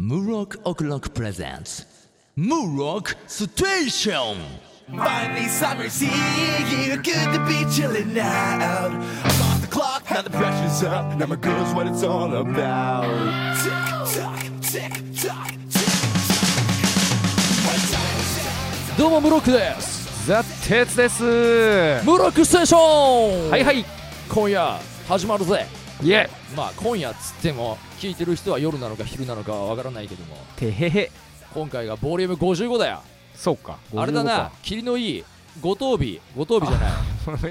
Murok O'Clock presents Murok Station! Finally, summer's here. Good to be chilling out. I'm off the clock, now the pressure's up. Now my girl's what it's all about. Tick tock, tick tock, tick tock. どうもムロックですザ・テツですはムロックステーションいいはいイ今夜始まるぜェまあ今夜っつっても聞いてる人は夜なのか昼なのかはわからないけどもてへへ今回がボリューム55だよそうかあれだな霧のいい五等日五等日じゃない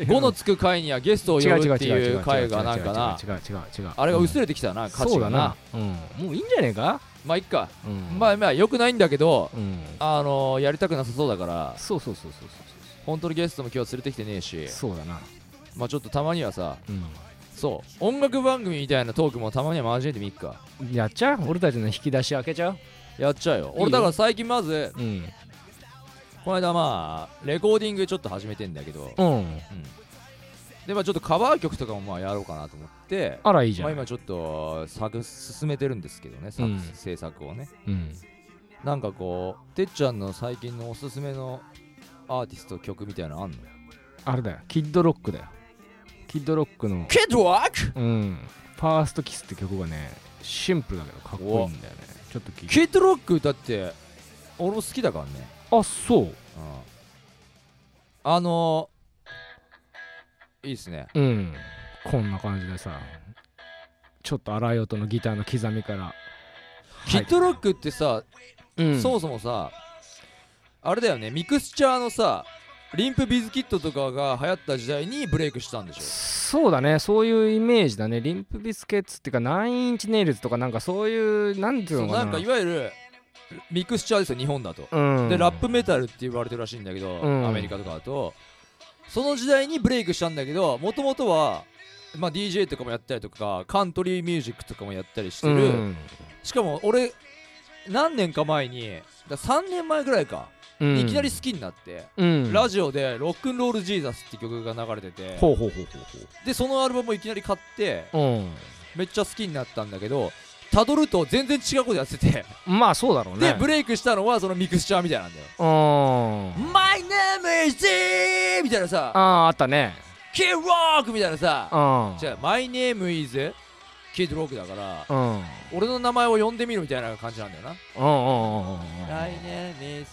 5のつく回にはゲストを呼 違う違ぶうって違う違いうう回がなんかな違う違う違う違う違うあれが薄いれてきたな価そ値うがだななうんもういいんじゃねえかまあいっかうんまあまあ良くないんだけどうんあのーやりたくなさそうだからそうそうそうそうそう本当にゲストも今日は連れてきてねえしそうそうだなまあちょっとたまにはさうそう音楽番組みたいなトークもたまには交えてみっかんやっちゃう俺たちの引き出し開けちゃうやっちゃうよいい俺よだから最近まずうんこの間まあレコーディングちょっと始めてんだけどうんでまあちょっとカバー曲とかもまあやろうかなと思ってあらいいじゃまあん今ちょっと作進めてるんですけどね作、うん制作をねうんなんかこうてっちゃんの最近のおすすめのアーティスト曲みたいなのあんのあれだよキッドロックだよキッドロックのキッドワークうんファーストキスって曲がねシンプルだけどかっこいいんだよねちょっと聞いてキッドロックだって俺も好きだからね、あそううん、あのー、いいっすねうんこんな感じでさちょっと荒い音のギターの刻みから、キッドロックってさ、うんそうもそもさあれだよねミクスチャーのさリンプビズキットとかが流行った時代にブレイクしたんでしょそうだねそういうイメージだねリンプビスケッツっていうかナインインチネイルズとかなんかそういうなんていうそうのかななんかいわゆるミクスチャーですよ日本だと、うん、でラップメタルって言われてるらしいんだけど、うんアメリカとかだとその時代にブレイクしたんだけどもともとは、まあ、DJ とかもやったりとかカントリーミュージックとかもやったりしてる、うんしかも俺何年か前にだ3年前ぐらいか、うんいきなり好きになって、うんラジオで「ロックンロール・ジーザス」って曲が流れててほうほうほうほうでそのアルバムをいきなり買ってほうめっちゃ好きになったんだけどたどると全然違うことやっててうんまあそうだろうねでブレイクしたのはそのミクスチャーみたいなんだようんあ「My name is Z」みたいなさああったね「キッドロック」みたいなさうんじゃあ「My name is キッドロック」だからうん俺の名前を呼んでみるみたいな感じなんだよなうんうんうんうん「My name is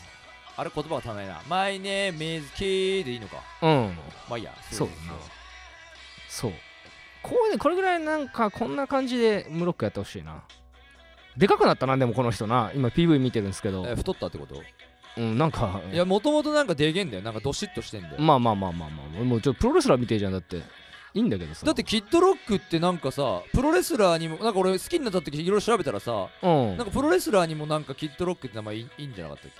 あれ言葉が足んないな「My name is キー」でいいのかうんうんまあいいやそうだなそうこうねこれぐらいなんかこんな感じでムロックやってほしいなでかくなったなでもこの人な今 PV 見てるんですけどえ、太ったってことうん、なんかいやもともとなんかでげんだよなんかどしっとしてんだよまあまあまあまあまあもうちょっとプロレスラーみてえじゃんだっていいんだけどさだってキッドロックってなんかさプロレスラーにもなんか俺好きになった時いろいろ調べたらさうんなんかプロレスラーにもなんかキッドロックって名前いいいんじゃなかったっ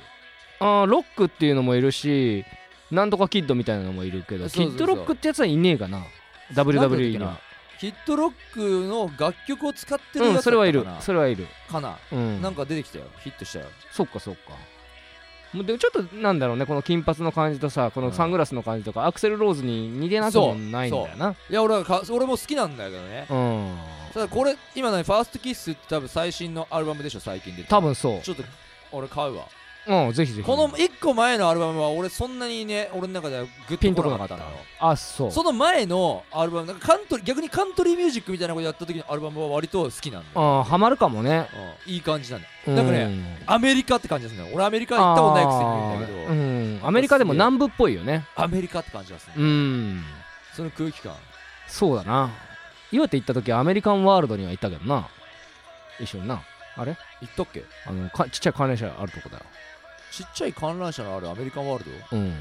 あーロックっていうのもいるしなんとかキッドみたいなのもいるけどそうそうそうキッドロックってやつはいねえかな WWE になんだっはけキッドロックの楽曲を使ってるうんやつだそっれたかな、はいるそれはいるかな、うんなんか出てきたよヒットしたよそっかそっかもうでもちょっとなんだろうねこの金髪の感じとさこのサングラスの感じとか、アクセル・ローズに似てなくもないんだよないや俺はか俺も好きなんだけどねうんただこれ今ねファーストキスって多分最新のアルバムでしょ最近で多分そちょっと俺買うわううんぜひぜひこの1個前のアルバムは俺そんなにね俺の中ではグッピンととここななかかっったたのよあそうその前のアルバムなんかカントリー逆にカントリーミュージックみたいなことやった時のアルバムは割と好きなんだよ、あハマるかもねうんいい感じなんだよだなんかねアメリカって感じですね俺アメリカ行ったことないくせに言うんだけど、うんアメリカでも南部っぽいよねアメリカって感じですね、うんその空気感そうだな岩手行った時アメリカンワールドには行ったけどな一緒になあれ行ったっけあのかちっちゃい関連車あるとこだよちっちゃい観覧車のあるアメリカンワールドうん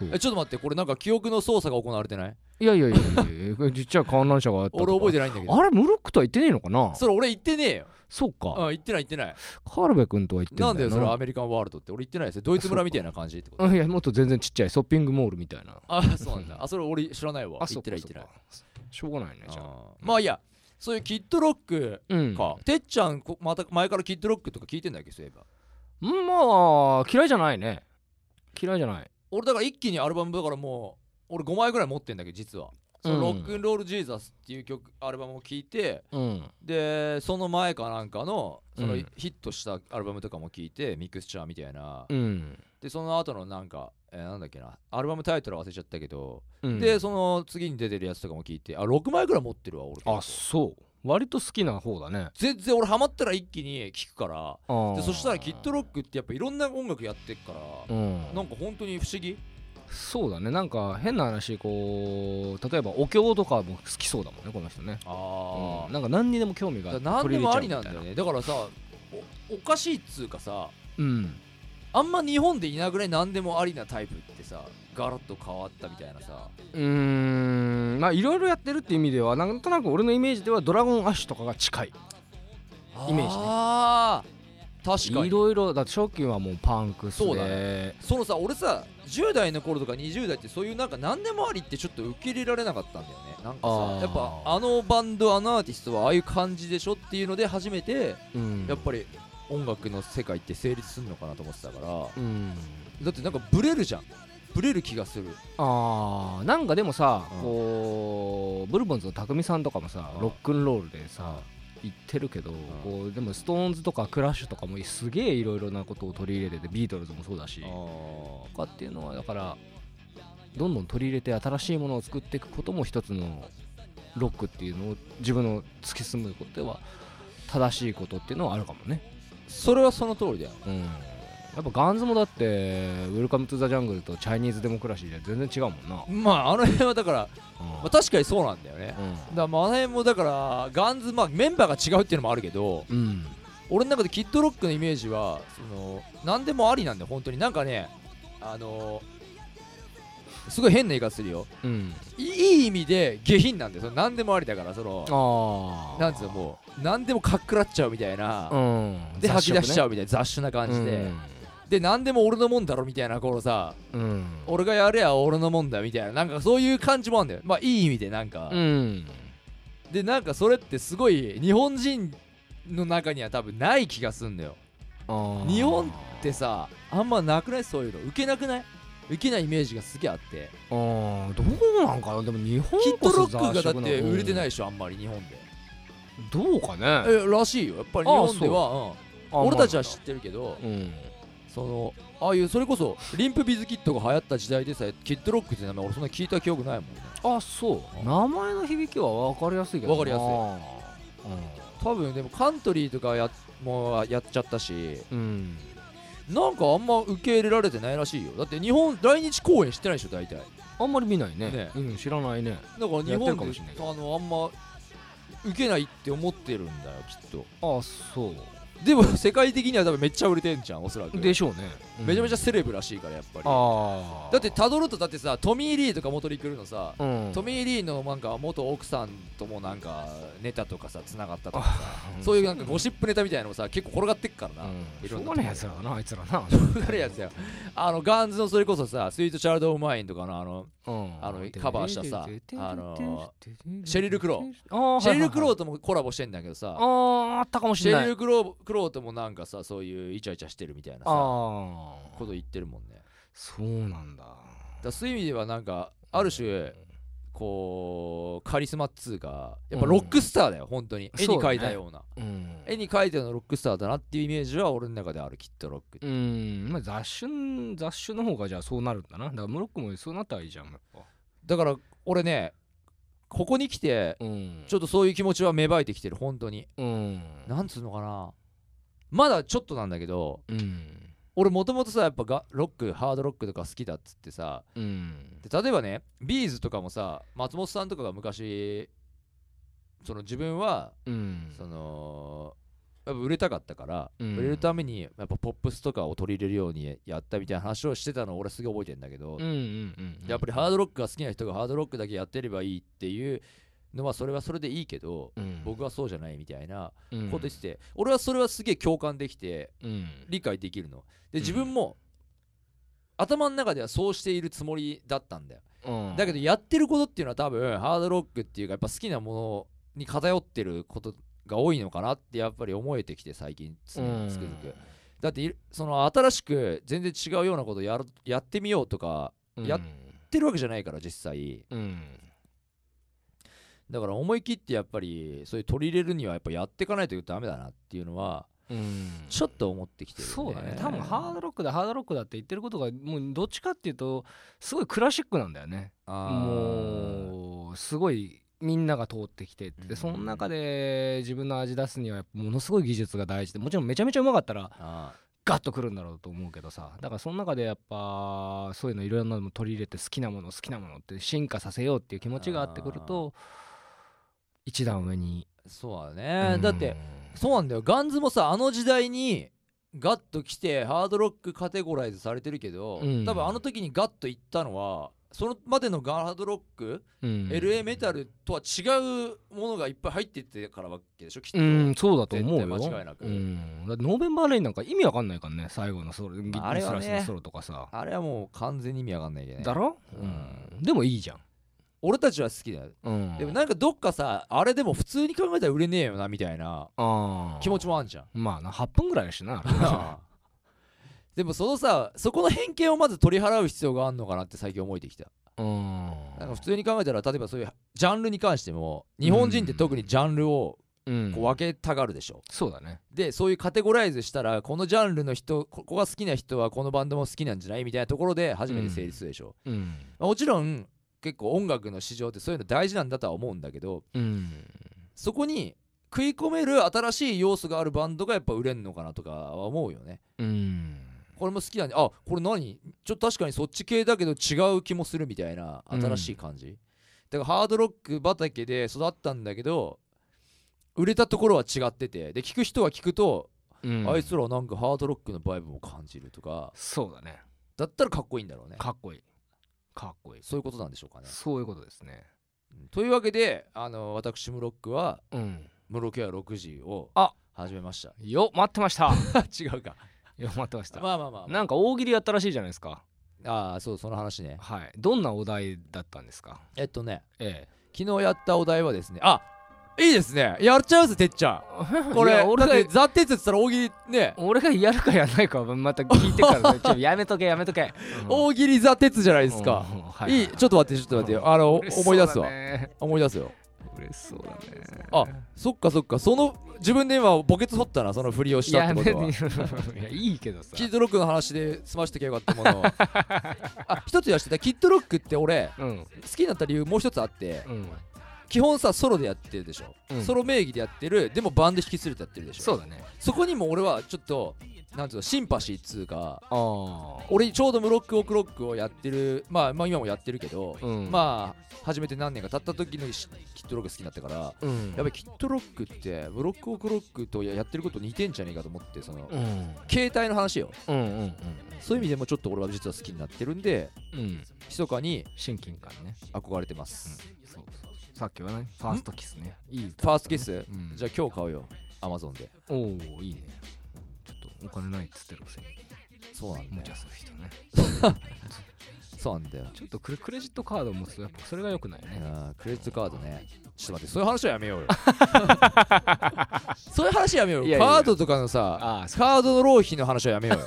そうえちょっと待ってこれなんか記憶の操作が行われてないいやいやいやいやいや ちっちゃい観覧車があったとか俺覚えてないんだけどあれムロックとは言ってねえのかなそれ俺行ってねえよ、そううかん、行ってない行ってないカルベ君とは言ってんだなよんなだよそれアメリカンワールドって俺行ってないですよドイツ村みたいな感 じってことうんいやもっと全然ちっちゃいショッピングモールみたいなあそうなんだあそれ俺知らないわあ行ってない行ってないそかそっかしょうがないねじゃああーまあいいやそういうキッドロックうんか、てっちゃんこまた前からキッドロックとか聞いてんだっけそういえばうんまあ嫌いじゃないね嫌いじゃない俺だから一気にアルバムだからもう俺5枚ぐらい持ってんだけど実はそのロうんックンロールジーザスっていう曲アルバムを聴いてうんでその前かなんかのそのうんヒットしたアルバムとかも聴いてミクスチャーみたいなうんでその後のなんかえーなんだっけなアルバムタイトル忘れちゃったけどうんでその次に出てるやつとかも聞いてあ6枚ぐらい持ってるわ俺結構あそう割と好きな方だね全然俺ハマったら一気に聞くからででそしたらキッドロックってやっぱいろんな音楽やってっから、うんなんか本当に不思議そうだねなんか変な話こう例えばお経とかも好きそうだもんねこの人ねあうんなんか何にでも興味があって何でもありなんだよ取りねだからさおおかしいっつうかさ入れちゃうみたいなあんま日本でいなぐらい何でもありなタイプってさガラッと変わったみたいなさうんうーんまあいろいろやってるっていう意味ではなんとなく俺のイメージではドラゴンアッシュとかが近いイメージねあー確かいにろいろだって初期はもうパンクスでそうだそのさ俺さ10代の頃とか20代ってそういうなんか何でもありってちょっと受け入れられなかったんだよねなんかあさーやっぱあのバンドあのアーティストはああいう感じでしょっていうので初めてうんやっぱり音楽の世界って成立するのかなと思ってたからうんだってなんかブレるじゃんブレる気がするあーなんかでもさ、うんこうブルボンズの匠さんとかもさ、うんロックンロールでさ、言ってるけど、こうでもストーンズとかクラッシュとかもすげえいろいろなことを取り入れててビートルズもそうだしとあかっていうのはだからどんどん取り入れて新しいものを作っていくことも一つのロックっていうのを自分の突き進むことでは正しいことっていうのはあるかもね、それはその通りだようん、やっぱガンズもだって「ウェルカム・トゥ・ザ・ジャングル」と「チャイニーズ・デモクラシー」で全然違うもんな、まああの辺はだから、まあ、確かにそうなんだよねだかうんらまああの辺もだからガンズまあメンバーが違うっていうのもあるけどうん、俺の中でキッドロックのイメージはその何でもありなんだよ本当になんかねあのすごい変な言い方するようん、いいい意味で下品なんだよその何でもありだからそのあなんつうのもう何でもかっくらっちゃうみたいな、うん、で吐き出しちゃううみたいな雑種な感じで、うんで何でも俺のもんだろみたいな頃さうん俺がやれや俺のもんだみたいななんかそういう感じもあるんだよまあいい意味でなんか、うんでなんかそれってすごい日本人の中には多分ない気がすんだよあー日本ってさあんまなくないそういうの受けなくない受けないイメージがすげえあってあーどうなんかなでも日本キッこドそロックがだって売れてないいでしょあんまり日本でどうかねえらしいよやっぱり日本では、あうん、俺たちはま知ってるけどあうんそのああいうそれこそリンプビズキットが流行った時代でさえキッドロックって名前俺そんな聞いた記憶ないもんねあそう名前の響きは分かりやすいけど分かりやすいい多分でもカントリーとかやもうやっちゃったしうん、うん、なんかあんま受け入れられてないらしいよだって日本来日公演してないでしょ大体あんまり見ないねねうん、知らないねだから日やって本るかでもしんないけどあのあんま受けないって思ってるんだよきっとあそでも世界的には多分めっちゃ売れてんじゃんおそらくうでしょうね、うんめちゃめちゃセレブらしいからやっぱりあーだってたどるとだってさトミー・リーとか元リクルのさ、うんトミー・リーのなんか元奥さんともなんかネタとかさつながったとかさうんそういうなんかゴシップネタみたいなのもさ結構転がってっからな、うん、いしろょんうながとこないやつらだなあいつらな 誰やつだよあのガンズのそれこそさスイート・チャールド・オブ・マインとかのあのああのカバーしたさあのシェリルクローシェリル・クローーともコラボしてんだけどさあーあったかもしシれェなリいルクロー・クローともなんかさそういうイチャイチャしてるみたいなさあこあと言ってるもんねそうなんだだからそういう意味ではなんかある種こうカリスマっつうかやっぱロックスターだよ本当に絵に描いたようなうん絵に描いたようなロックスターだなっていうイメージは俺の中であるキッドロックうんまあ雑種雑種の方がじゃあそうなるんだなだからムロックもそうなったらいいじゃんやっぱだから俺ねここに来てうんちょっとそういう気持ちは芽生えてきてる本当にうんなんつうのかなまだちょっとなんだけどうん俺もともとさやっぱがロックハードロックとか好きだっつってさうんで例えばねビーズとかもさ松本さんとかが昔その自分はうんそのやっぱ売れたかったから、うん売れるためにやっぱポップスとかを取り入れるようにやったみたいな話をしてたのを俺すごい覚えてんだけど、うんうんうんやっぱりハードロックが好きな人がハードロックだけやってればいいっていうのはそれはそれでいいけど、うん僕はそうじゃないみたいなうんこと言ってて、俺はそれはすげえ共感できてうん理解できるのうでん自分も、頭の中ではそうしているつもりだったんだようんだけどやってることっていうのは多分ハードロックっていうかやっぱ好きなものに偏ってることが多いのかなってやっぱり思えてきて最近つうんつくづくだっていその新しく全然違うようなことやるやってみようとかやっやってるわけじゃないから実際うんだから思い切ってやっぱりそういう取り入れるにはやっぱやっていかないとダメだなっていうのはうんちょっと思ってきてる、そうだね多分ハードロックだハードロックだって言ってることがもうどっちかっていうとすごいクラシックなんだよねあーもうすごいみんなが通ってきてっうんてその中で自分の味出すにはやっぱものすごい技術が大事でもちろんめちゃめちゃうまかったらあガッとくるんだろうと思うけどさだからその中でやっぱそういうのいろんなのも取り入れて好きなもの好きなものって進化させようっていう気持ちがあってくると一段上に、ーそうだね、うんだってそうなんだよガンズもさあの時代にガッと来てハードロックカテゴライズされてるけど、うん多分あの時にガッと行ったのはそのまでのガードロック、うん LA メタルとは違うものがいっぱい入ってってからわけでしょきっと、うんそうだと思うよ絶対間違いなくうん、だってノーベンバーレインなんか意味わかんないからね最後のソロギああれはねギスラスのソロとかさあれはもう完全に意味わかんないけどねだろ、ううんんでもいいじゃん、俺たちは好きだよ、うん、でもなんかどっかさあれでも普通に考えたら売れねえよなみたいなあー気持ちもあんじゃんまあな8分ぐらいだし なでもそのさそこの偏見をまず取り払う必要があるのかなって最近思えてきたうんなんか普通に考えたら例えばそういうジャンルに関しても日本人って特にジャンルをうんこう分けたがるでしょ、そうだねでそういうカテゴライズしたらこのジャンルの人ここが好きな人はこのバンドも好きなんじゃないみたいなところで初めて成立するでしょ、うん、まあもちろん結構音楽の市場ってそういうの大事なんだとは思うんだけどうん、そこに食い込める新しい要素があるバンドがやっぱ売れんのかなとかは思うよねうんこれも好きなんであこれ何ちょっと確かにそっち系だけど違う気もするみたいな新しい感じ、だからハードロック畑で育ったんだけど売れたところは違っててで聞く人は聞くと、うんあいつらなんかハードロックのバイブも感じるとかそうだねだったらかっこいいんだろうねかっこいいかっこいいそういうことなんでしょうかねそういうことですねうんというわけであの私ムロックはうんムロケア6時をあ始めましたよ待ってました 違うか よ待ってましたまあまあまあ、まなんか大喜利やったらしいじゃないですかあ、あーそうその話ねはいどんなお題だったんですかえっとねえ昨日やったお題はですねあいいですねやっちゃうぜてっちゃえ んこれ俺だがってザ・テツって言ったら大喜利ね、俺がやるかやらないかはまた聞いてから ねちょっとやめとけやめとけ、大喜利ザ・テツじゃないいですか、はいいいちょっと待ってちょっと待ってあの思い嬉出しすそうだわね思い出すよ嬉しそうだねあそっかそっかその自分で今ボケツ掘ったなその振りをしたってこといはやいやいいけどさキッドロックの話で済ましてきゃよかった ものをあ一つ言わせてたキッドロックって俺うん好きになった理由もう一つあってうん基本さソロでやってるでしょ、うんソロ名義でやってるでもバンド引き連れてやってるでしょそうだねそこにも俺はちょっとなんつうのシンパシーっつうかああ俺ちょうど「ムロック・オクロック」をやってる、まあ、まあ今もやってるけど、うんまあ始めて何年か経った時のしキットロック好きになってからやうんべキットロックってムロック・オクロックとややってること似てんじゃねえかと思ってその、うんうん携帯の話ようんうんそういう意味でもちょっと俺は実は好きになってるんでうん密かに親近感ね憧れてます、そうそうさっきはねファーストキスねいい歌ファーストキス、うんじゃあ今日買うよアマゾンでおおいいねちょっとお金ないっつってるくせにそうなんだ無よ茶する人ねそうなんだよちょっとクレクレジットカードを持つとやっぱそれが良くないねあークレジットカードねちょっと待ってそういう話はやめ ようよそういう話はやめようよいやいやいやカードとかのさああカードの浪費の話はやめよう よ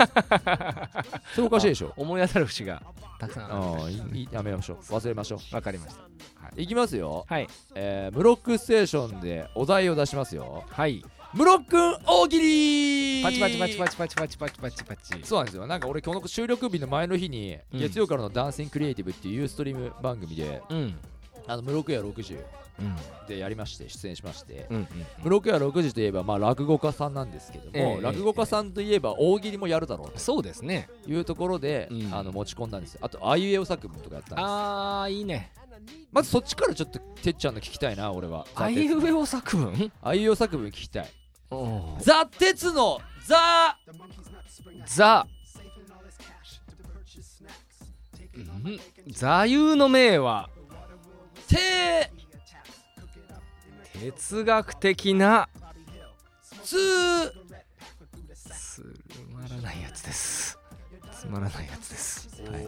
それおかしいでしょ思い当たる節がたくさんあるあーいいやめましょう忘れましょわかりましたはい、ういきますよ、はいえー、ムロックステーションでお題を出しますよはい、ムロックン大喜利パチパチパチパチパチパチパチパチパチそうなんですよなんか俺この収録日の前の日にうん月曜からの「ダンシングクリエイティブ」っていうユーストリーム番組でうんうんあのムロックや60うんでやりまして出演しましてうんブロックや6時といえば、まあ、落語家さんなんですけども、ええ落語家さんといえば大喜利もやるだろうそうですねというところで、うんあの持ち込んだんですよあとあいうえお作文とかやったんですあーいいねまずそっちからちょっとてっちゃんの聞きたいな俺はあいうえお作文あいうえお作文聞きたいおザ・鉄のザザうん座右の銘は鉄哲学的なつつまらないやつですつまらないやつですはい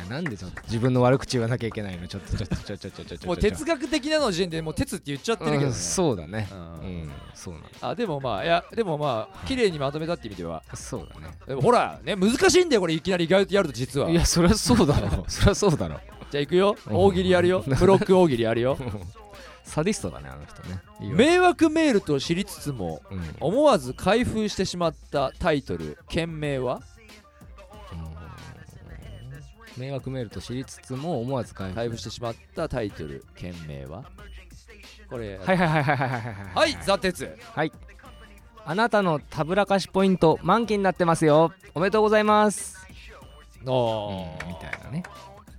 ななんでちょっと自分の悪口言わなきゃいけないのちょっとちょっとちょっとちょっとちょっともう哲学的なの時点でもう鉄って言っちゃってるけどね、うんそうだねううんん、そうなんあでもまあいやでもまあ綺麗にまとめたって意味ではだそうだねでもほらね難しいんだよこれいきなり意外とやると実は いやそりゃそうだろうそりゃそうだろうじじゃあ行くよ大喜利やるよブロック大喜利やるよサディストだねあの人ねいいわ迷惑メールと知りつつもうんうん思わず開封してしまったタイトル件名は迷惑メールと知りつつも思わず開封開封してしまったタイトル件名はこれはいはいはいはいはいはいはいザ・テツはいあなたのたぶらかしポイント満期になってますよおめでとうございますのみたいなね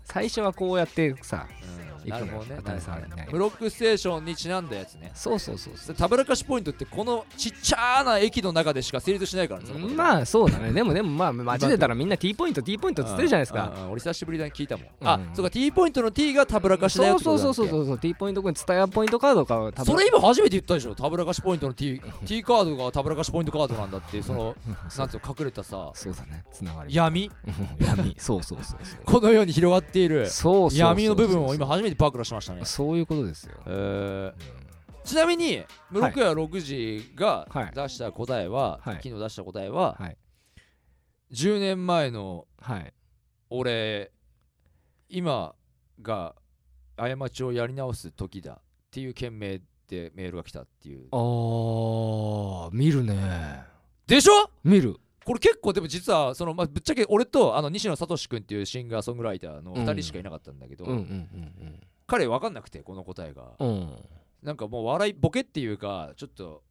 最初はこうやってさうんなるほどねいくのよ渡辺さんねブロックステーションにちなんだやつねそうそうそうそたぶらかしポイントってこのちっちゃな駅の中でしか成立しないからねうまあそうだねでもでもまあ街出たらみんな T ポイント T ポインあトっつってるじゃないですか俺久しぶりに聞いたもんうんあそうか T ポイントの T がたぶらかしだそようってこそとうだそっうそうけそう T ポイントこれツタヤポイントカードか多分それ今初めて言ったでしょたぶらかしポイントの T, T カードがたぶらかしポイントカードなんだっていうそのなんていうの隠れたさそうだねつながり闇うん 闇そうそうそう そうこのように広がっているそうそうそうそう闇の部分を今初めて暴露しましたねそういうことですよえーちなみにムロクヤ6時がはい出した答えは、はい昨日出した答えは、はい10年前のはい俺今が過ちをやり直す時だっていう件名でメールが来たっていうあー見るねでしょ見るこれ結構でも実はその、まあ、ぶっちゃけ俺とあの西野聡君っていうシンガーソングライターの2人しかいなかったんだけど、うんうん彼分かんなくてこの答えが、うんうんうんなんかもう笑いボケっていうかちょっと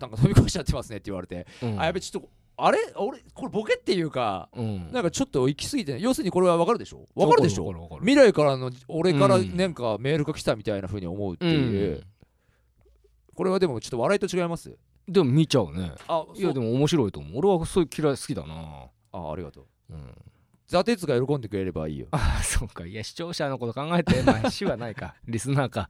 なんか飛び越しちゃってますねって言われて、うんあやべちょっとあれ俺これボケっていうかうんなんかちょっと行き過ぎてない要するにこれは分かるでしょ分かるでしょわかるわかる未来からの俺からうんなんかメールが来たみたいな風に思うっていう、これはでもちょっと笑いと違いますうんでも見ちゃうねあいやでもも面白いと思う俺はそういう嫌い好きだなあありがとううんザ・テツが喜んでくれればいいよだかああ そうかいや視聴者のこと考え てまあ死はないかリスナーか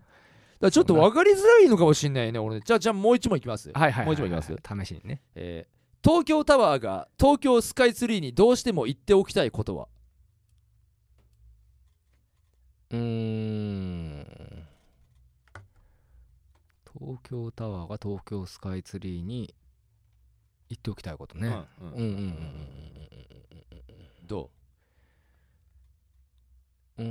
らちょっと分かりづらいのかもしれないね俺ねじゃあじゃあもう一問いきます、はいはいもう一問いきます試しにねえー東京タワーが東京スカイツリーにどうしても言っておきたいことはうーん東京タワーが東京スカイツリーに行っておきたいことね、うんうんうん、うんうんどうんうんう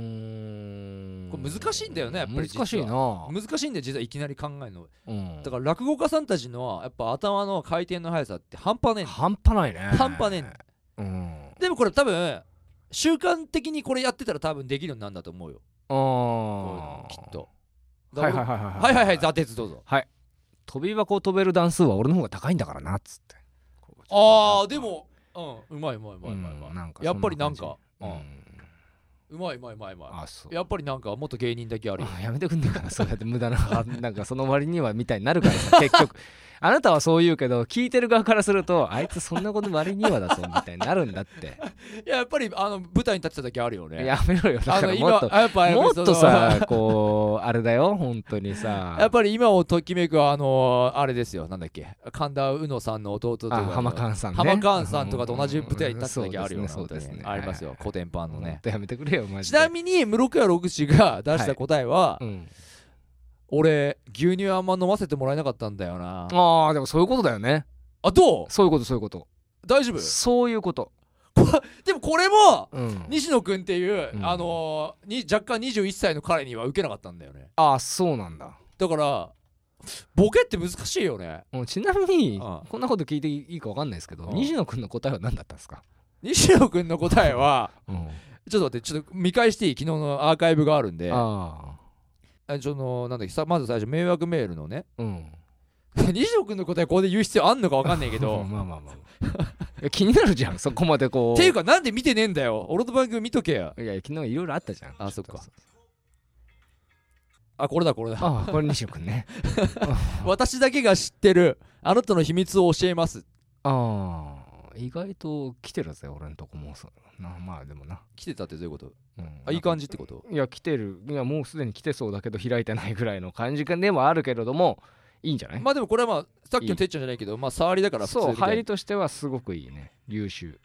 ーんこれ難しいんだよねやっぱり実は難しいなう、難しいんだよ実はいきなり考えるのうん、だから落語家さんたちのやっぱ頭の回転の速さって半端ねえんだ半端ないね半端ねえんだうんでもこれ多分習慣的にこれやってたら多分できるようになるんだと思うよあきっとだはいかはいはいらははいいはいはい座鉄どうぞ飛び箱を飛べる段数は俺の方が高いんだからなっつってああでもうんうまいうまいうまいうまいううんなまんいかやっぱりなんかそんな感うんうまいうまいうまいうじまあそういやっぱりなんかもっと芸人だけあるよあやめてくんねえかなそうやって無駄な あなんかその割にはみたいになるから さ結局あなたはそう言うけど聞いてる側からするとあいつそんなこと割にはだぞみたいになるんだっていややっぱりあの舞台に立ってただけあるよねやめろよだあかのらも今っとやっぱもっそとのさこうあれだよ本当にさ やっぱり今をときめくあのあれですよなんだっけ神田うのさんの弟というあか浜川さんね浜川さんとかと同じ舞台に立つだけあるようねんそうですねそうですね本当にありますよ、はい古典版の本ね。当やめてくれよマジちでなみに、室倉六氏が出した答えは、うん俺、牛乳あんま飲ませてもらえなかったんだよな。ああでもそういうことだよねあ、どうそういうことそういうこと大丈夫そういうことでもこれも、うん西野君っていう、うんあのーに若干21歳の彼には受けなかったんだよね。ああそうなんだだから、ボケって難しいよね。うんちなみにああこんなこと聞いていいか分かんないですけどああ西野君の答えは何だったんですか西野君の答えは、 うんちょっと待って、ちょっと見返していい昨日のアーカイブがあるんで、ああそのなんだっけさまず最初、迷惑メールのね、 あうん、西野君の答え、ここで言う必要あんのか分かんないけどまあまあまあいや気になるじゃんそこまでこうっていうか、なんで見てねえんだよ。俺の番組見とけよ。いや昨日いろいろあったじゃんあそっかちょとあ、これだ、これだ。 ああこれ西野君ね私だけが知ってる、あなたの秘密を教えます。ああ意外と来てるぜ俺のとこもそうなまあでもな、来てたってどういうことうんあ、いい感じってこといや来てるいやもうすでに来てそうだけど開いてないぐらいの感じでもあるけれどもいいんじゃないまあでもこれはまあ、さっきのてっちゃんじゃないけど、まあ、触りだから普通そうみたい入なりとしてはすごくいいね優秀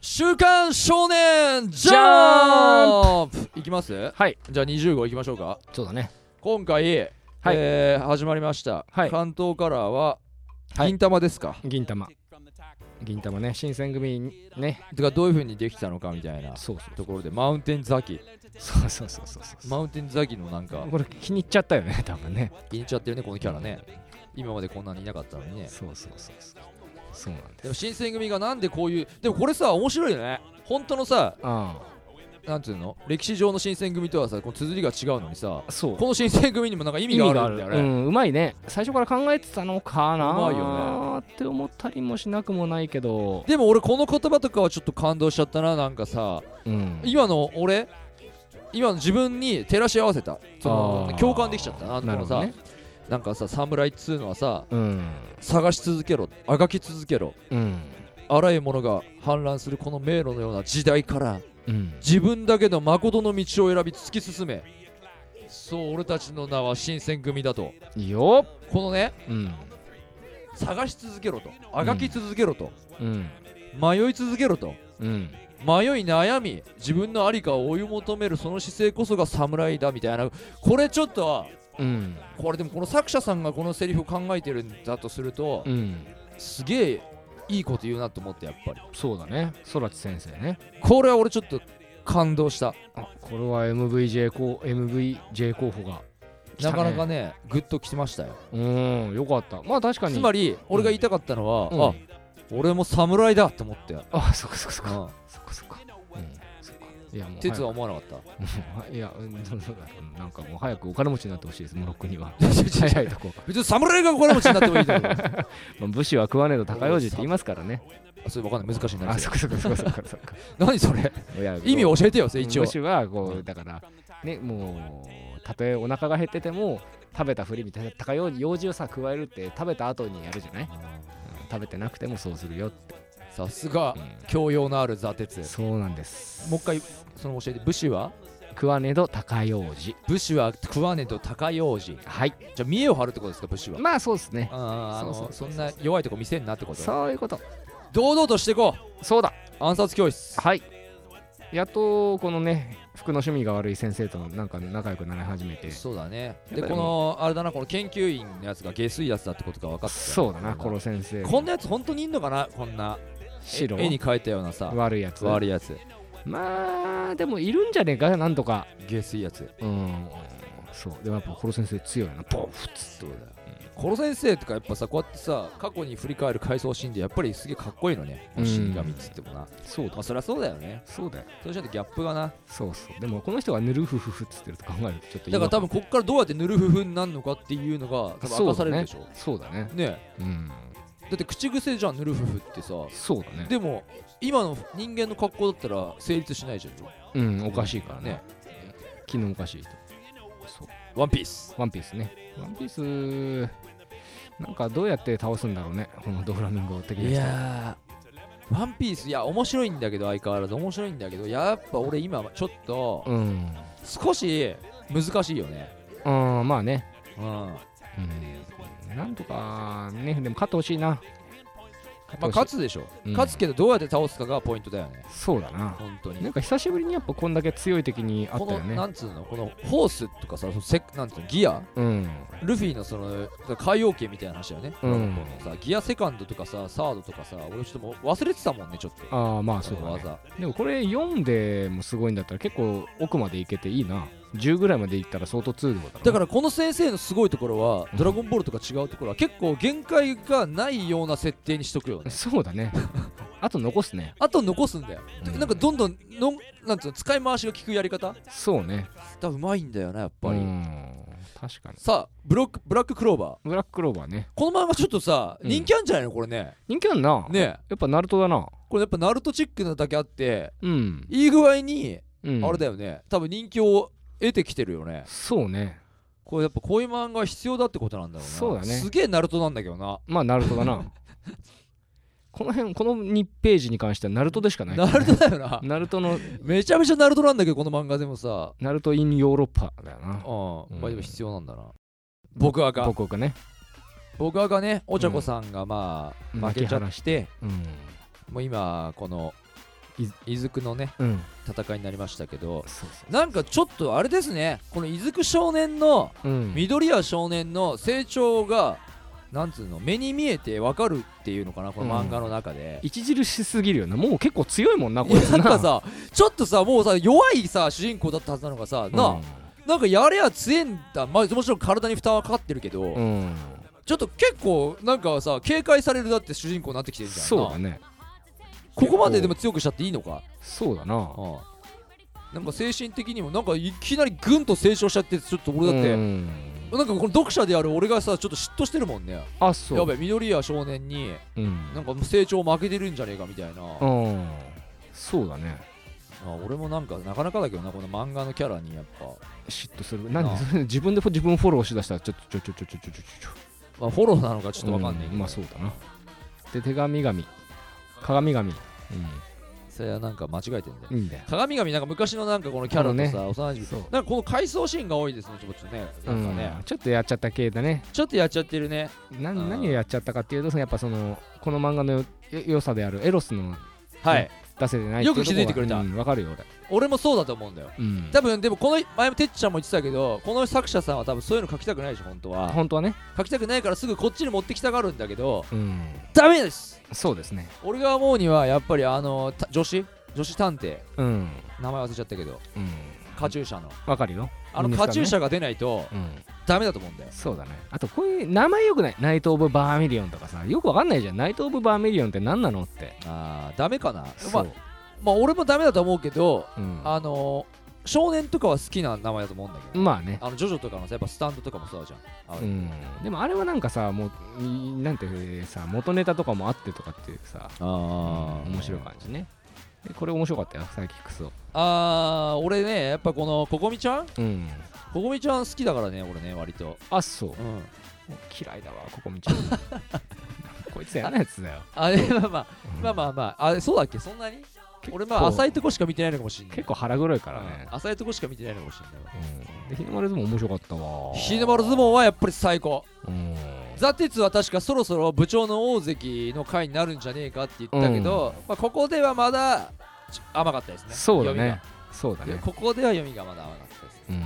週刊少年ジャンプいきますはいじゃあ20号いきましょうか。そうだね今回、はいえー始まりました、はい関東カラーははい銀玉ですか、銀玉銀玉ね新選組にねてかどういう風にできたのかみたいなそうそうところでマウンテンザキそうそうそうそうそうマウンテンザキのなんかこれ気に入っちゃったよね多分ね気に入っちゃってるねこのキャラね今までこんなにいなかったのにねそうそうそうそうそうなんでですも新選組がなんでこういうでもこれさ面白いよね本当のさあなんていうの歴史上の新選組とはさこの綴りが違うのにさあそうこの新選組にもなんか意味があるんだようねんうまいね最初から考えてたのかなうまいよねって思ったりもしなくもないけど、でも俺この言葉とかはちょっと感動しちゃったななんかさうん、今の俺今の自分に照らし合わせたそあのー共感できちゃったなこなるのほさどな,、ねんかさ侍っつうのはさうん探し続けろあがき続けろうんあらゆるものが氾濫するこの迷路のような時代からうん自分だけの誠の道を選び突き進めそう俺たちの名は新選組だといいよこのねうん探し続けろとあがき続けろと、うん迷い続けろとうん迷い悩み自分の在りかを追い求めるその姿勢こそが侍だみたいなこれちょっとうんこれでもこの作者さんがこのセリフを考えてるんだとすると、うんすげえいいこと言うなと思ってやっぱりそうだね空知先生ねこれは俺ちょっと感動したあこれは MVJ 候 MVJ 候補が来たなねかなかねグッときてましたようんよかったまあ確かにつまり俺が言いたかったのは、うんあ俺も侍だと 思って、うあそっかそっかそっかん、そっかそっかうんそっかいやもう鉄は思わなかっ早くいやうんそうそううんなんかもう早くお金持ちになってほしいですモロッコにはた早いとこ、 別に侍がお金持ちになってもいいけどまあ、武士は食わねえと高用事って言いますからねあそれ分かんない難しいなあそっかそっかそっかそっかそっ か何それいや意味教えてよ一応武士はこうだからねもうたとえお腹が減ってても食べたふりみたいな高用事用事をさ加えるって食べた後にやるじゃない、うん食べてなくてもそうするよって、さすがうん教養のある座鉄そうなんですもう一回その教えて武士は食わねど高用事武士は食わねえと高用事はいじゃあ見栄を張るってことですか武士はまあそうですねあーあのそうそうそんな弱いとこ見せんなってことそういうこと堂々としていこそうだう暗殺教室はいやっとこのね服の趣味が悪い先生となんか仲良くなり始めてそうだねやっぱりでもうこのあれだなこの研究員のやつが下水やつだってことが分かったそうだなこの先生こんなやつ本当にいんのかなこんな絵白絵に描いたようなさ悪いやつ悪いやつまあでもいるんじゃねえかなんとか下水やつうんそうでもやっぱこの先生強いなポンフッつそうだよコロ先生とかやっぱさこうやってさ過去に振り返る回想シーンでやっぱりすげえかっこいいのねうん死神っつってもなそうだまあそりゃそうだよねそうだよそれじゃギャップがなそうそうでもこの人がぬるふふふっつってると考えるとちょっと違だ和か感ら多分こっからどうやってぬるふふになるのかっていうのが多分明かされるでしょそうだねねうんえだって口癖じゃんぬるふふってさそうだねでも今の人間の格好だったら成立しないじゃんうんおかしいからねね昨日おかしい人そうワンピースワンピースね。ワンピース、なんかどうやって倒すんだろうね、このドフラミンゴ的いな人。やーワンピースいや面白いんだけど相変わらず面白いんだけどやっぱ俺今ちょっとうん。少し難しいよねうん、まあね。うんまうん。なんとか、ね、でも勝ってほしいな。勝あ勝ってつでしょ、うん勝つけどどうやって倒すかがポイントだよねほしいそうだな。本当になんか久しぶりにやっぱこんだけ強い敵にあっこたのよなね。んつうのこのホースとかさそのセなんつうのギアうん。ルフィのその海洋圏みたいな話だよね、うんドラゴンボールのさギアセカンドとかさサードとかさ俺ちょっともう忘れてたもんねちょっとああ、まあそうのだ、ね。技でもこれ4でもすごいんだったら結構奥までいけていいな。10ぐらいまでいったら相当通路だだかららこの先生のすごいところは「ドラゴンボール」とか違うところは結構限界がないような設定にしとくよねそうだ ね。あと残すね。あと残すんだよ、うんなんかどんどんのんなんつうの使い回しが効くやり方そうね。だうまいんだよなやっぱり、うん。確かに。さあブロックブラッククローバーブラッククローバーね。この漫画ちょっとさうん人気あんじゃないのこれね、人気あるな。ねえやっぱナルトだな。これやっぱナルトチックなだけあってうん。いい具合にうんあれだよね、多分人気を得てきてるよねそうね。これやっぱこういう漫画は必要だってことなんだろうなそうだねすげえナルトなんだけどなまあ、ナルトだ な。この辺、この2ページに関してはナルトでしかない。ナルトだよなナルトの、めちゃめちゃナルトなんだけどこの漫画でもさナルトインヨーロッパだよな。うん、うんまあでも必要なんだな。僕赤。僕がね。僕赤ね、お茶子さんがまうんあ、負けちゃって、うん。もう今、この、い伊豆くのね、うん。戦いになりましたけど、そうそなんかちょっとあれですね、この伊豆く少年の、う。うん。緑谷少年の成長が、なんつうの目に見えてわかるっていうのかなこの漫画の中で、著しすぎるよなもう結構強いもんなこいいつなやなんかさちょっとさもうさ弱いさ主人公だったはずなのがさ、うんなあなんかやれや強えんだまあもちろん体に負担はかかってるけど、うんちょっと結構なんかさ警戒されるだって主人公になってきてるじゃんそうだなねここまででも強くしちゃっていいのかそうだなうんなんか精神的にもなんかいきなりぐんと成長しちゃってちょっと俺だって、うんなんかこの読者である俺がさちょっと嫉妬してるもんねあそうやべ緑谷少年にうんなんかもう成長負けてるんじゃねえかみたいな、うあんそうだね俺もなんかなかなかだけどなこの漫画のキャラにやっぱ、嫉妬するなんなあでそれ 自分で自分フォローしだしたらちょちょちょちょちょちょちょちょまあ、フォローなのかちょっとわかんないけど、うまあそうだなで手紙紙鏡紙それはなんか間違えてんだようんいいんだよ鏡神なんか昔のなんかこのキャラとあさ幼馴染そうなんかこの回想シーンが多いですねちょっとねなんかね、うんちょっとやっちゃった系だねちょっとやっちゃってるねなうん何をやっちゃったかっていうとそのやっぱそのこの漫画のよ良さであるエロスのはい、出せてないよくっうとこは気づいてくれたうんわかるよ俺俺もそうだと思うんだようん多分でもこの前もてっちゃんも言ってたけどこの作者さんは多分そういうの書きたくないでしょ本当は本当はね書きたくないからすぐこっちに持ってきたがるんだけどうんダメですそうですね俺が思うにはやっぱりあのた女子女子探偵うん名前忘れちゃったけどうんカチューシャのわかるよあのうんカチューシャが出ないとうんダメだと思うんだよそうだねあとこういう名前よくないナイト・オブ・バーミリオンとかさよくわかんないじゃんナイト・オブ・バーミリオンって何なのってあーダメかなまそあう、まあ俺もダメだと思うけどうん、あのー少年とかは好きな名前だと思うんだけど、まあねあのジョジョとかのさやっぱスタンドとかもそうじゃんあのうん、でもあれはなんかさもういなんてさ元ネタとかもあってとかっていうさ、あうん面白い感じねでこれ面白かったよサイキックスをあー俺ねやっぱこのここみちゃんうんここみちゃん好きだからね俺ね割と、あそううん、嫌いだわここ見 ちゃうこいつ嫌なやつだよあれまあまあまあまあまああれそうだっけそんなに俺まあ浅いとこしか見てないのかもしんない結構腹黒いからねうん、浅いとこしか見てないのかもしんないわうん、で日の丸相撲面白かったわ日の丸相撲はやっぱり最高うんザ・テツは確かそろそろ部長の大関の回になるんじゃねえかって言ったけど、まあ、ここではまだちょ甘かったですねそうだ読みがねそうだいやねここでは読みがまだ甘かったですうん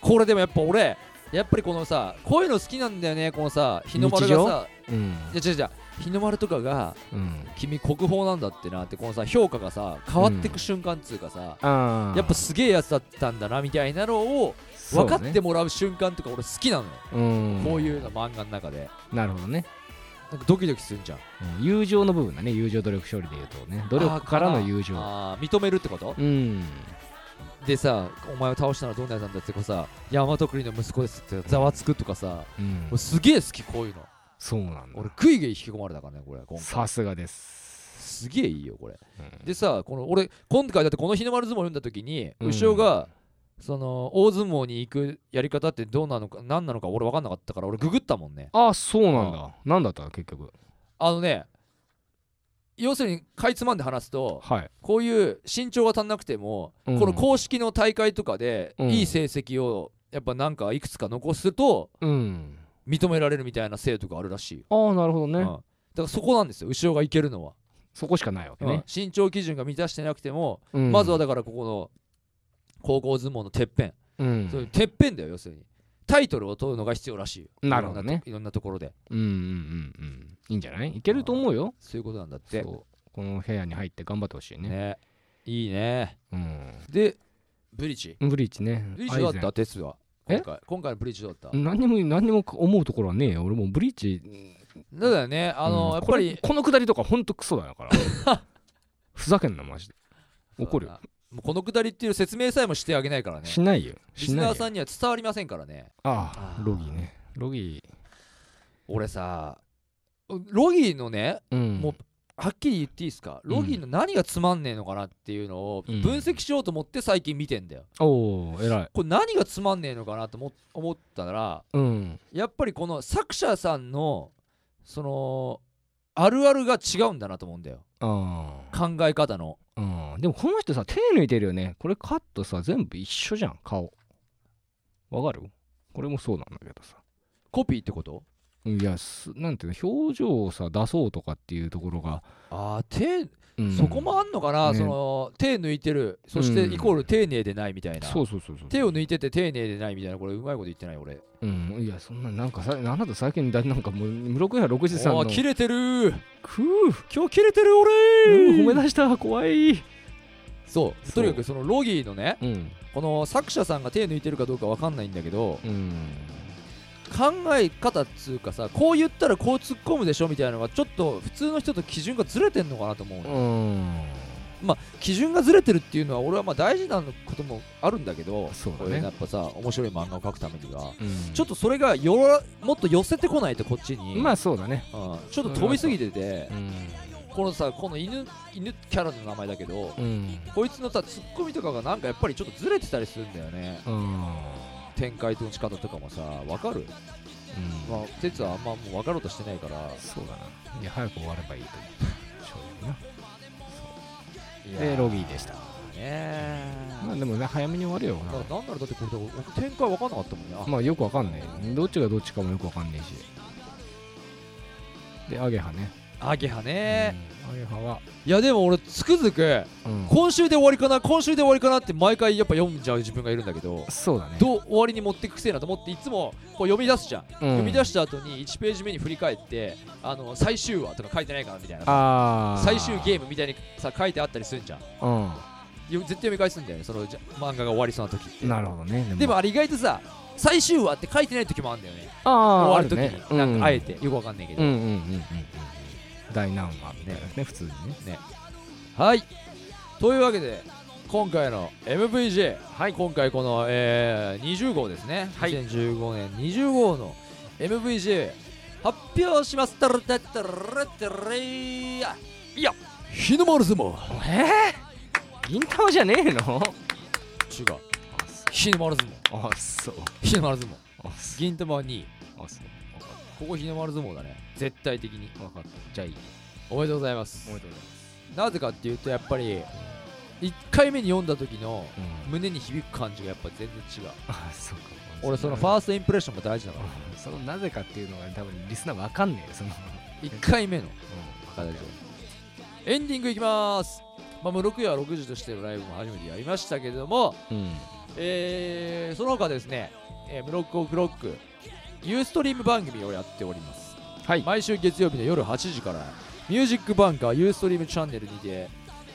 これでもやっぱ俺やっぱりこのさこういうの好きなんだよねこのさ日の丸がさうんいや違う違う日の丸とかがうん君国宝なんだってなってこのさ評価がさ変わってく瞬間っつうかさ、あーやっぱすげえやつだったんだなみたいなのをそう分だかねってもらう瞬間とか俺好きなのよ、うんこういうの漫画の中でなるほどねなんかドキドキするじゃんうん友情の部分だね友情努力勝利でいうとね努力からの友情あー認めるってことうんでさお前を倒したのはどんなやつなんだってこうさ大和国の息子ですってざわつくとかさうん俺すげえ好きこういうのそうなんだ俺グイグイ引き込まれたからねこれ今回さすがですすげえいいよこれ、うんでさこの俺今回だってこの日の丸相撲読んだ時にうん後ろが、その大相撲に行くやり方ってどうなのか何なのか俺分かんなかったから俺ググったもんねああそうなんだなんだった結局あのね要するにかいつまんで話すとはいこういう身長が足んなくても、うんこの公式の大会とかでうんいい成績をやっぱなんかいくつか残すとうん認められるみたいな制度があるらしいよ、ああなるほどうん、だねからそこなんですよ後ろが行けるのは、そこしかないわけねうん身長基準が満たしてなくてもうんまずはだからここの高校相撲のてっぺん、うんそういうてっぺんだよ要するにタイトルを取るのが必要らしいよなるほどねいろんなとこいろんなとこうろでんうんうんうんいいんじゃないいけると思うよそういうことなんだってそうこの部屋に入って頑張ってほしいねねいいねうんでブリッジブリーチねブリッジどうだっアた鉄はえ今回今回のブリッジどうだっイゼたン何にも何にも思うところはねえよ俺もうブリーチだよねあの、うんやっぱりこれこのくだりとかほんとクソだよから ふざけんなマジで怒るそうよだなもうこのくだりっていう説明さえもしてあげないからねしないよリしスないナよーさんには伝わりませんからねあああーロギーねロギ俺さロギーのねーうんもうはっきり言っていいですかロギーの何がつまんねえのかなっていうのをうん分析しようと思って最近見てんだよおお偉いこれ何がつまんねえのかなと思思ったらうんやっぱりこの作者さんのそのあるあるが違うんだなと思うんだよああ考え方のうん、でもこの人さ手抜いてるよねこれカットさ全部一緒じゃん顔わかるこれもそうなんだけどさコピーってことうんいやすなんていうの表情をさ出そうとかっていうところが、ああ手、うんそこもあんのかな、ねその手抜いてるそしてうんイコール丁寧でないみたいな、そうそうそうそう手を抜いてて丁寧でないみたいなこれうまいこと言ってない俺うん、いやそんななんかさあなた最近だなんかもう室君や六時さんあのあ切れてるーくう今日切れてる俺うんー褒め出した怖いそうそうとにかくそのロギーのねうんこの作者さんが手抜いてるかどうかわかんないんだけどうん考え方っつうかさこう言ったらこう突っ込むでしょみたいなのがちょっと普通の人と基準がずれてんのかなと思うの、うん基準がずれてるっていうのは俺はまあ大事なこともあるんだけどそうだねこういうやっぱさ面白い漫画を描くためにはうんちょっとそれがよろもっと寄せてこないとこっちに、まあそうだねうんちょっと飛びすぎててうんこのさこの犬犬キャラの名前だけどうんこいつのさツッコミとかがなんかやっぱりちょっとずれてたりするんだよねうん展開の仕方とかもさわかるまあ哲はあんまもう分かろうとしてないからそうだないや早く終われ ばいいと思う正直ないやでロビーでしたねまあでもね早めに終わるよだからなんならだってこれで俺展開分かんなかったもんねあまあよくわかんないどっちがどっちかもよくわかんないしでアゲハねアゲハね、うんアゲハはいやでも俺つくづくうん今週で終わりかな今週で終わりかなって毎回やっぱ読んじゃう自分がいるんだけどそうだねどう終わりに持ってくせえなと思っていつもこう読み出すじゃん、読読み出した後に1ページ目に振り返ってあの最終話とか書いてないかなみたいなあ最終ゲムームみたいにさ書いてあったりするんじゃんうよ絶対読み返すんだよねそのじゃ漫画が終わりそうな時ってんなるほどねでもあれ意外とさ最終話って書いてない時もあるんだよねああ終わある時ねになんかあえてうよくわかんないけど、うんうんうんうんうんうん大難波みたいなね普通にねはいというわけで今回の MVJ、はい今回この、えー20号ですね、はい2015年20号の MVJ 発表しますたるたるたるたるいやいや日の丸相撲ええ銀玉じゃねえの違う日の丸相撲あそう日の丸相撲あそう銀玉は2位あそうわかっここ日の丸相撲だね絶対的にたわかったじゃあいいおめでとうございますおめでとうございますなぜかっていうとやっぱり1回目に読んだ時のうん胸に響く感じがやっぱ全然違うあそうか俺そのファーストインプレッションも大事だからうんそのなぜかっていうのが多分リスナーわかんねえその1回目の形をエンディングいきますまあ、6夜は6時としてのライブも初めてやりましたけれども、うんえー、その他ですね、えー、ムロックオクロック、ユーストリーム番組をやっております。はい毎週月曜日の夜8時から、ミュージックバンカーユーストリームチャンネルにて、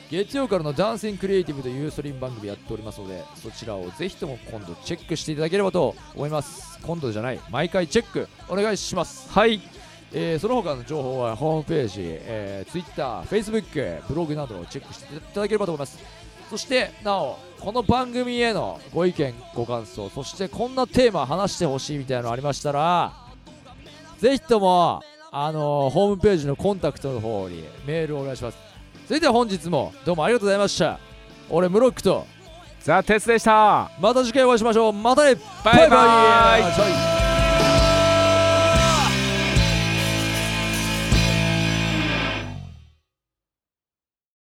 月曜からのダンシングクリエイティブというユーストリーム番組やっておりますので、そちらをぜひとも今度チェックしていただければと思います。今度じゃない、毎回チェックお願いします。はい。えーその他の情報はホームページ、えー、Twitter、Facebook、ブログなどをチェックしていただければと思います。そして、なお、この番組へのご意見、ご感想、そしてこんなテーマ話してほしいみたいなのありましたら、ぜひとも、あのーホームページのコンタクトの方にメールをお願いします。それでは本日もどうもありがとうございました。俺、ムロックと、ザ・鉄でしたまた次回お会いしましょう。またねバイバイイ